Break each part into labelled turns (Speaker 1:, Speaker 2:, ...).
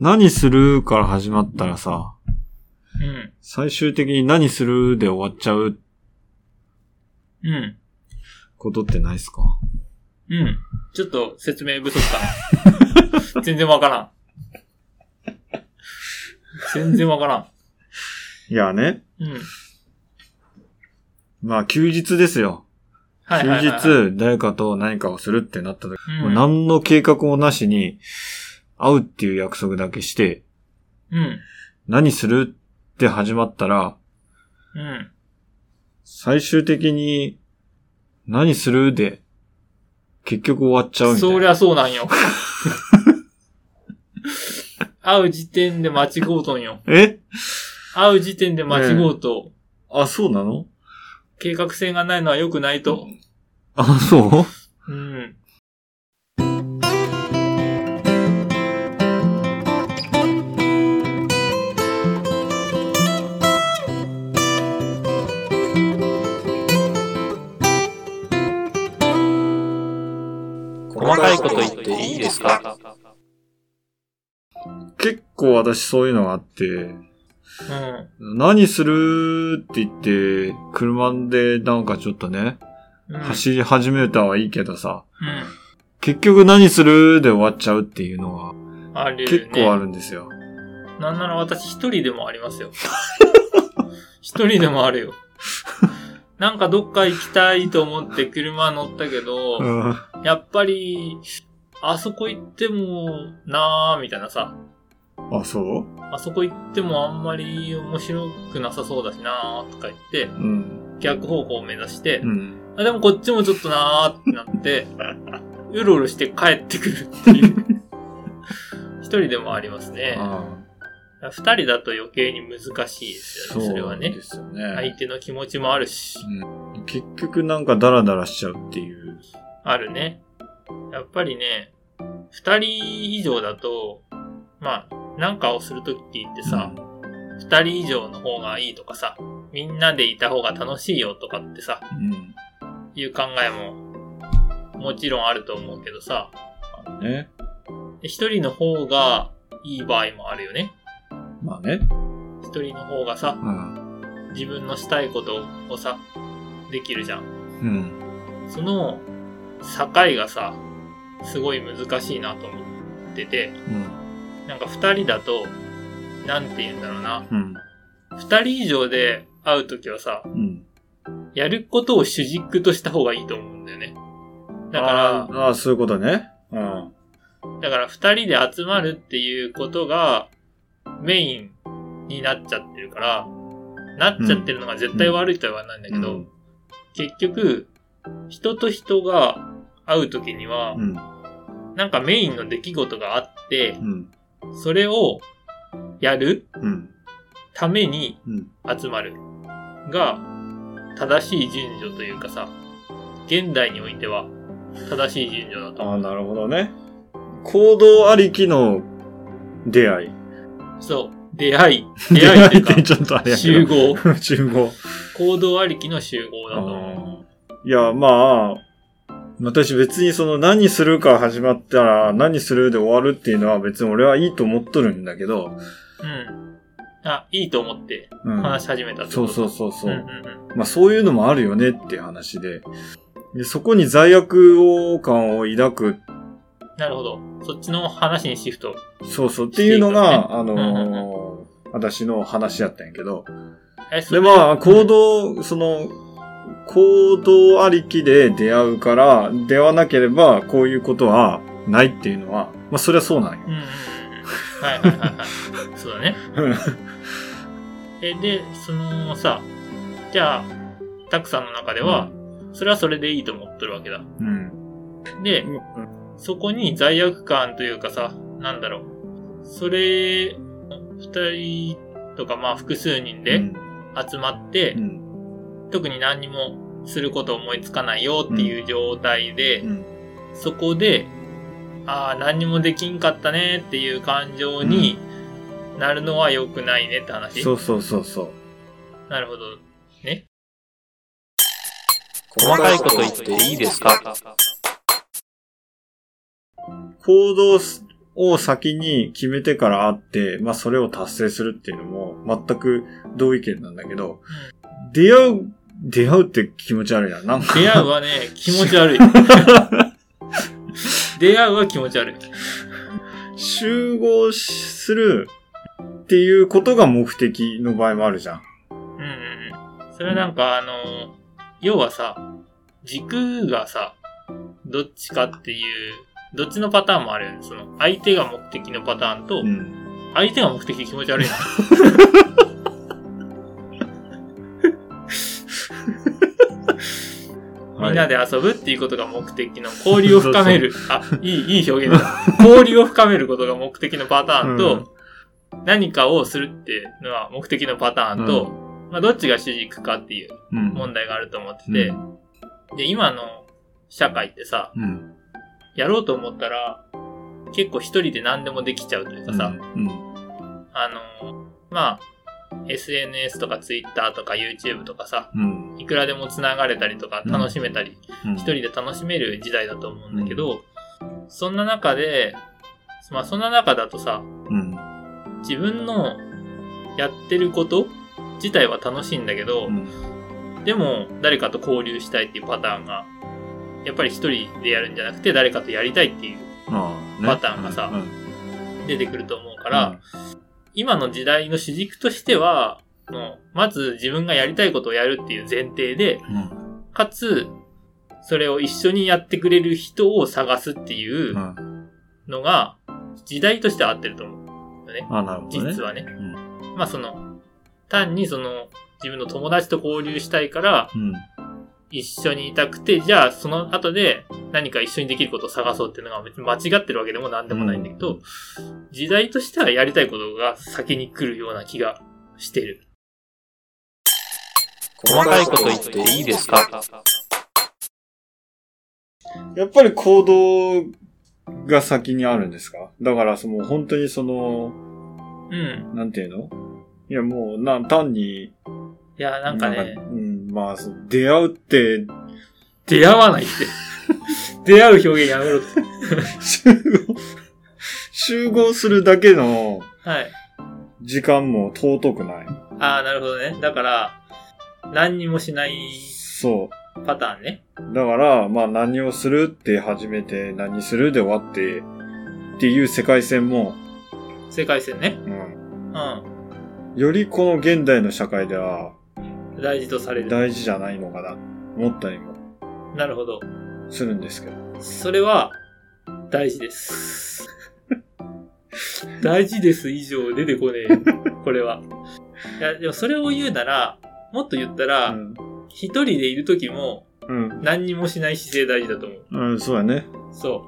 Speaker 1: 何するから始まったらさ、
Speaker 2: うん。
Speaker 1: 最終的に何するで終わっちゃう
Speaker 2: うん。
Speaker 1: ことってないっすか
Speaker 2: うん。ちょっと説明不足 かな。全然わからん。全然わから
Speaker 1: いやね、
Speaker 2: ん。うん。
Speaker 1: まあ休日ですよ。
Speaker 2: はいはい、はい。
Speaker 1: 休日、誰かと何かをするってなった時、もう
Speaker 2: うん。
Speaker 1: 何の計画もなしに、会うっていう約束だけして、
Speaker 2: うん。
Speaker 1: 何するって始まったら、
Speaker 2: うん。
Speaker 1: 最終的に、何するで、結局終わっちゃうみたいな。
Speaker 2: そりゃそうなんよ。会う時点で間違うとんよ。
Speaker 1: え
Speaker 2: 会う時点で間違うと、
Speaker 1: あ、そうなの
Speaker 2: 計画性がないのは良くないと。
Speaker 1: あ、そう
Speaker 2: うん。
Speaker 3: 細かいこと言っていいですか
Speaker 1: 結構私そういうのがあって、
Speaker 2: うん。
Speaker 1: 何するって言って、車でなんかちょっとね、
Speaker 2: うん。
Speaker 1: 走り始めたはいいけどさ、
Speaker 2: う
Speaker 1: 結局何するで終わっちゃうっていうのは
Speaker 2: ん。あり得る
Speaker 1: 結
Speaker 2: ね。
Speaker 1: 構あるんですよ。
Speaker 2: なんなら私一人でもありますよ。 一人でもあるよ。なんかどっか行きたいと思って車乗ったけど、
Speaker 1: うん
Speaker 2: やっぱり、あそこ行ってもなーみたいなさ、
Speaker 1: あ、そう
Speaker 2: あそこ行ってもあんまり面白くなさそうだしなーとか言って、
Speaker 1: うん。
Speaker 2: 逆方向を目指して、
Speaker 1: うん。
Speaker 2: あでもこっちもちょっとなーってなって、うろうろして帰ってくるっ ていう。一人でもありますね。
Speaker 1: あ
Speaker 2: 二人だと余計に難しいですよね、それ
Speaker 1: そう
Speaker 2: は
Speaker 1: なんで
Speaker 2: ね。
Speaker 1: すよね。
Speaker 2: 相手の気持ちもあるし、
Speaker 1: 結局なんかダラダラしちゃうっていう。
Speaker 2: あるね。やっぱりね、二人以上だと、まあ、なんかをするときってさ、二、人以上の方がいいとかさ、みんなでいた方が楽しいよとかってさ、
Speaker 1: うん。
Speaker 2: いう考えも、もちろんあると思うけどさ、
Speaker 1: ね。
Speaker 2: 一人の方がいい場合もあるよね。
Speaker 1: まあね。
Speaker 2: 一人の方がさ
Speaker 1: う、ん。
Speaker 2: 自分のしたいことをさ、できるじゃん。
Speaker 1: うん。
Speaker 2: その境がさ、すごい難しいなと思ってて、
Speaker 1: うん。
Speaker 2: なんか二人だと、なんて言うんだろうな。
Speaker 1: うん。
Speaker 2: 二人以上で会うときはさ、
Speaker 1: うん。
Speaker 2: やることを主軸とした方がいいと思うんだよね。だか
Speaker 1: ああ、そういうことね。うん。
Speaker 2: ら、だから二人で集まるっていうことがメインになっちゃってるから、なっちゃってるのが絶対悪いとは言わないんだけど、
Speaker 1: うん
Speaker 2: 結局、人と人が会うときには
Speaker 1: う、ん。
Speaker 2: なんかメインの出来事があって、
Speaker 1: うん。
Speaker 2: それをやる
Speaker 1: うん。
Speaker 2: ために
Speaker 1: うん。
Speaker 2: 集まるが正しい順序というかさ、現代においては正しい順序だと
Speaker 1: ああ、なるほどね。行動ありきの出会い。
Speaker 2: そう。出会 い。出会いってい
Speaker 1: 出会
Speaker 2: う
Speaker 1: ちょっとあれ
Speaker 2: か、
Speaker 1: や
Speaker 2: 集
Speaker 1: け
Speaker 2: 合。
Speaker 1: ど。 集合。
Speaker 2: 行動ありきの集合だと思
Speaker 1: あーいや、まあ、私別にその何するか始まったら何するで終わるっていうのは別に俺はいいと思っとるんだけど、
Speaker 2: う。うん。あ、いいと思って
Speaker 1: うん、
Speaker 2: 話し始めたってこと
Speaker 1: そうそうそうそう、
Speaker 2: んうん
Speaker 1: まあそういうのもあるよねっていう話で。でそこに罪悪を感を抱く、
Speaker 2: うん。なるほど。そっちの話にシフト。
Speaker 1: そうそうっていうのが、あの
Speaker 2: うん
Speaker 1: ー私の話やったんやけど。
Speaker 2: え、そ
Speaker 1: で、
Speaker 2: れ
Speaker 1: まあ、行動、その、行動ありきで出会うから、出会わなければ、こういうことはないっていうのは、まあ、そりゃそうなんよ
Speaker 2: う。んうんうんうん。はいはいはいはい。そうだね。え、で、そのさ、じゃあ、たくさんの中では、それはそれでいいと思ってるわけだ。
Speaker 1: うん。
Speaker 2: で、そこに罪悪感というかさ、なんだろう。それ、二人とか、まあ複数人
Speaker 1: う
Speaker 2: で
Speaker 1: ん
Speaker 2: 集まって、
Speaker 1: うん。
Speaker 2: 特に何にもすること思いつかないよっていう状態で、
Speaker 1: うん
Speaker 2: そこで、ああ、何にもできんかったねっていう感情になるのは良くないねって話。
Speaker 1: そうそうそうそう。
Speaker 2: なるほど。ね。
Speaker 3: 細かいこと言っていいですか
Speaker 1: 行動すを先に決めてから会って、まあそれを達成するっていうのも全く同意見なんだけど、出会う、出会うって気持ち悪いな。なんか、
Speaker 2: 出会うはね、気持 ち悪い。出会うは気持ち悪い。
Speaker 1: 集合するっていうことが目的の場合もあるじゃん。
Speaker 2: うんうんうん。それはなんかあの、要はさ、軸がさ、どっちかっていう、どっちのパターンもあるよね。その、相手が目的のパターンと、
Speaker 1: うん。
Speaker 2: 相手が目的で気持ち悪いな。みんなで遊ぶっていうことが目的の交流を深める。あ、いい、いい表現だ。交流を深めることが目的のパターンと、何かをするっていうのは目的のパターンと、まあ、どっちが主軸かっていう
Speaker 1: うん、
Speaker 2: 問題があると思ってて、で、今の社会ってさ、
Speaker 1: うん。
Speaker 2: やろうと思ったら、結構一人で何でもできちゃうという
Speaker 1: う
Speaker 2: か
Speaker 1: ん。
Speaker 2: さ、
Speaker 1: うん。
Speaker 2: あの、まあ、SNS とか Twitter とか YouTube とかさ、
Speaker 1: うん。
Speaker 2: いくらでも繋がれたりとか
Speaker 1: うん
Speaker 2: 楽しめたり、
Speaker 1: うん
Speaker 2: 一人で楽しめる時代だと思うんだけど、そんな中で、まあそんな中だとさ、
Speaker 1: うん。
Speaker 2: 自分のやってること自体は楽しいんだけど、
Speaker 1: うん
Speaker 2: でも誰かと交流したいっていうパターンが、やっぱり一人でやるんじゃなくて誰かとやりたいっていう
Speaker 1: ああね
Speaker 2: パターンがさ
Speaker 1: うん
Speaker 2: 出てくると思うから、、今の時代の主軸としては、もうまず自分がやりたいことをやるっていう前提で、
Speaker 1: うんうん
Speaker 2: かつ、それを一緒にやってくれる人を探すっていううんのが、時代としては合ってると思うよね。
Speaker 1: あ、なるほどね。
Speaker 2: 実はね。
Speaker 1: うん。
Speaker 2: まあその、単にその、自分の友達と交流したいから、
Speaker 1: うん。
Speaker 2: 一緒にいたくて、じゃあその後で何か一緒にできることを探そうっていうのが別に間違ってるわけでも何でもないんだけど、時代としてはやりたいことが先に来るような気がしてる。
Speaker 3: 細かいこと言っていいですか
Speaker 1: やっぱり行動が先にあるんですかだから、その、本当にその、
Speaker 2: うん。
Speaker 1: なんていうのいや、もう、な、単に、
Speaker 2: いや、なんかね、
Speaker 1: うん、まあ、そ出会うって、
Speaker 2: 出会わないって。 出会う表現やめろって。
Speaker 1: 集合、 集合するだけの
Speaker 2: はい。
Speaker 1: 時間も尊くない。
Speaker 2: ああ、なるほどね。だから、何にもしない
Speaker 1: そう。
Speaker 2: パターンね。
Speaker 1: だから、まあ何をするって始めて、何するで終わって、っていう世界線も、
Speaker 2: 世界線ね。
Speaker 1: うん、
Speaker 2: うん。
Speaker 1: よりこの現代の社会では
Speaker 2: 大事とされる。
Speaker 1: 大事じゃないのかな、思ったりも
Speaker 2: なるほど。
Speaker 1: するんですけど。
Speaker 2: それは、大事です。 大事です以上出てこねえ。 これは。いや、でもそれを言うなら、もっと言ったら、
Speaker 1: うん
Speaker 2: 一人でいる時も
Speaker 1: うん、
Speaker 2: 何にもしない姿勢大事だと思う。
Speaker 1: うん、そうだね。
Speaker 2: そ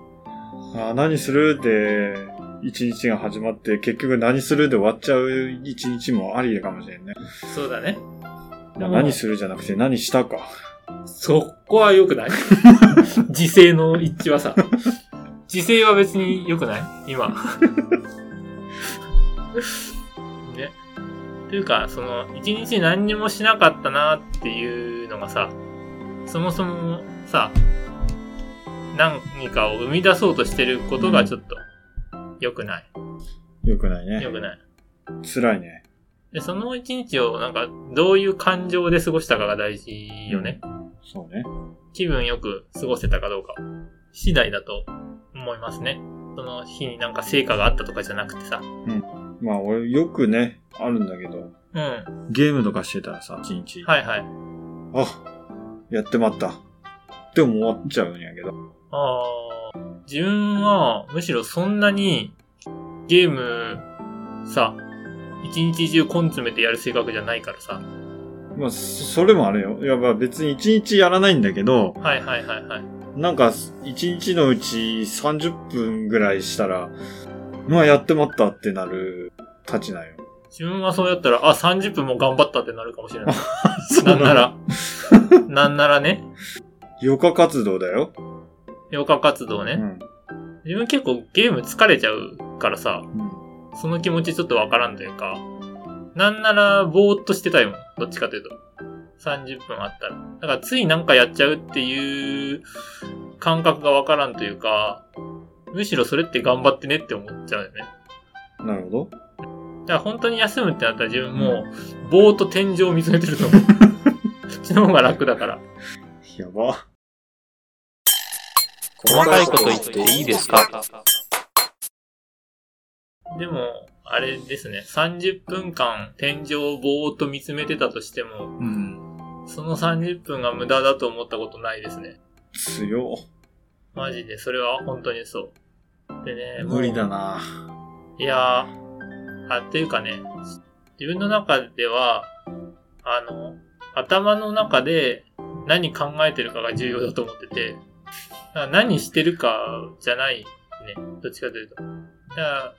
Speaker 2: う。
Speaker 1: あ何するで、一日が始まって、結局何するで終わっちゃう一日もありかもしれんね。
Speaker 2: そうだね。でも
Speaker 1: 何するじゃなくて何したか。
Speaker 2: そこは良く ない時勢の一致はさ。時勢は別に良くない今。 ね。というか、その、一日何にもしなかったなっていうのがさ、そもそもさ、何かを生み出そうとしてることがちょっと良くない。
Speaker 1: よくない
Speaker 2: 良
Speaker 1: ね。
Speaker 2: くない。
Speaker 1: 辛いね。
Speaker 2: で、その一日をなんか、どういう感情で過ごしたかが大事よね。
Speaker 1: そうね。
Speaker 2: 気分よく過ごせたかどうか次第だと思いますね。その日になんか成果があったとかじゃなくてさ。
Speaker 1: まあ俺よくね、あるんだけど、
Speaker 2: うん。は
Speaker 1: ゲームとかしてたらさ、一日。
Speaker 2: いはい。
Speaker 1: あ、やってまった。って思っちゃうんやけど。
Speaker 2: あー自分はむしろそんなにゲームさ、一日中根詰めてやる性格じゃないからさ。
Speaker 1: まあ、そそれもあるよ。いや、まあ別に一日やらないんだけど、
Speaker 2: はいはいはいはい。
Speaker 1: なんか一日のうち30分ぐらいしたら、まあやってまったってなるたちなんよ。
Speaker 2: 自分はそうやったら、あ、30分も頑張ったってなるかもしれない。なんなら、なんならね、
Speaker 1: 余暇活動だよ。
Speaker 2: 余暇活動
Speaker 1: う
Speaker 2: ね。
Speaker 1: ん。
Speaker 2: 自分結構ゲーム疲れちゃうからさ。
Speaker 1: うん
Speaker 2: その気持ちちょっとわからんというか、なんならぼーっとしてたいもん。どっちかというと。30分あったら。だからついなんかやっちゃうっていう感覚がわからんというか、むしろそれって頑張ってねって思っちゃうよね。
Speaker 1: なるほど。
Speaker 2: だから本当に休むってなったら自分もう棒と天井を見つめてると思う。そっちの方が楽だから。
Speaker 1: やば。
Speaker 3: 細かいこと言っていいですか
Speaker 2: でも、あれですね、30分間天井をぼーっと見つめてたとしても、
Speaker 1: うん。
Speaker 2: その30分が無駄だと思ったことないですね。
Speaker 1: 強。
Speaker 2: マジで、それは本当にそう。でね、もう
Speaker 1: 無理だな。
Speaker 2: いやー、あ、っていうかね、自分の中では、あの、頭の中で何考えてるかが重要だと思ってて、だから何してるかじゃないね、どっちかというと。だから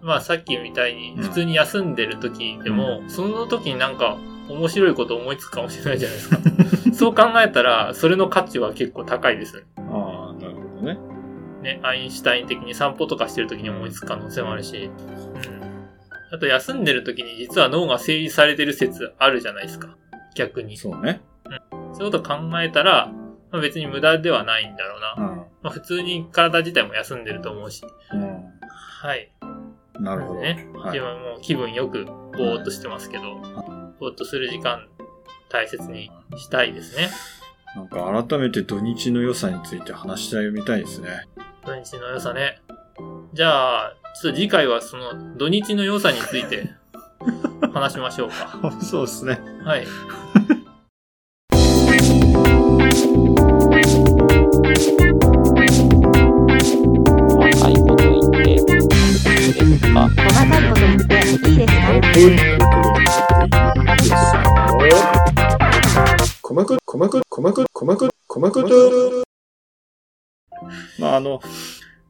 Speaker 2: まあさっきみたいに
Speaker 1: うん
Speaker 2: 普通に休んでる時でも、その時になんか面白いこと思いつくかもしれないじゃないです か。そう考えたら、それの価値は結構高いですね。
Speaker 1: ああ、なるほどね。
Speaker 2: ね、アインシュタイン的に散歩とかしてる時に思いつく可能性もあるし、うん。あと休んでる時に実は脳が整理されてる説あるじゃないですか。逆に。そう
Speaker 1: そうね。
Speaker 2: いうこと考えたら、まあ、別に無駄ではないんだろう
Speaker 1: う
Speaker 2: な。
Speaker 1: ん。
Speaker 2: まあ、普通に体自体も休んでると思うし。
Speaker 1: う
Speaker 2: はい。
Speaker 1: ん。なるほど。
Speaker 2: ね。
Speaker 1: はい
Speaker 2: 自分もう気分よくぼーっとしてますけど、ぼーっとする時間大切にしたいですね。
Speaker 1: なんか改めて土日の良さについて話したいみたいですね。
Speaker 2: 土日の良さね。じゃあ、ちょっと次回はその土日の良さについて話しましょうか。
Speaker 1: そうですね。
Speaker 2: はい。
Speaker 3: 細かいこと言っていいですか
Speaker 4: 細かいこと言っていいですか
Speaker 5: 鼓膜、鼓膜、鼓膜、鼓膜、鼓膜と、
Speaker 1: まああの、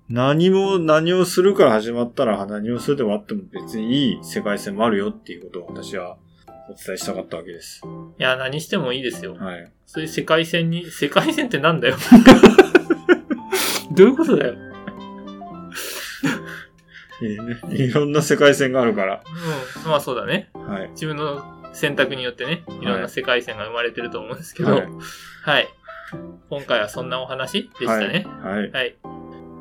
Speaker 1: 何も、何をするから始まったら何をするで終わっても別にいい世界線もあるよっていうことを私はお伝えしたかったわけです。
Speaker 2: いや、何してもいいですよ。
Speaker 1: はい。
Speaker 2: そういう世界線に、世界線ってなんだよ。 どういうことだよ。うん。
Speaker 1: いいね。いろんな世界線があるから。
Speaker 2: まあそうだね。
Speaker 1: はい。
Speaker 2: 自分の選択によってね、いろんな世界線が生まれてると思うんですけど、
Speaker 1: は
Speaker 2: はいい。。今回はそんなお話でしたね。
Speaker 1: はい。
Speaker 2: はい。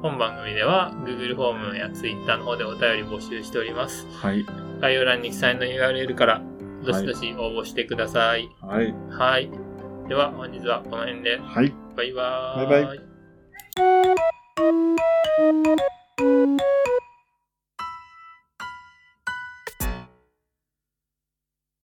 Speaker 2: 本番組では Google フォームや Twitter の方でお便り募集しております。
Speaker 1: はい。
Speaker 2: 概要欄に記載の URL から、どしどし応募してください。
Speaker 1: はい。
Speaker 2: はい。では、本日はこの辺で、
Speaker 1: はい。
Speaker 2: バイバー
Speaker 1: バイバイ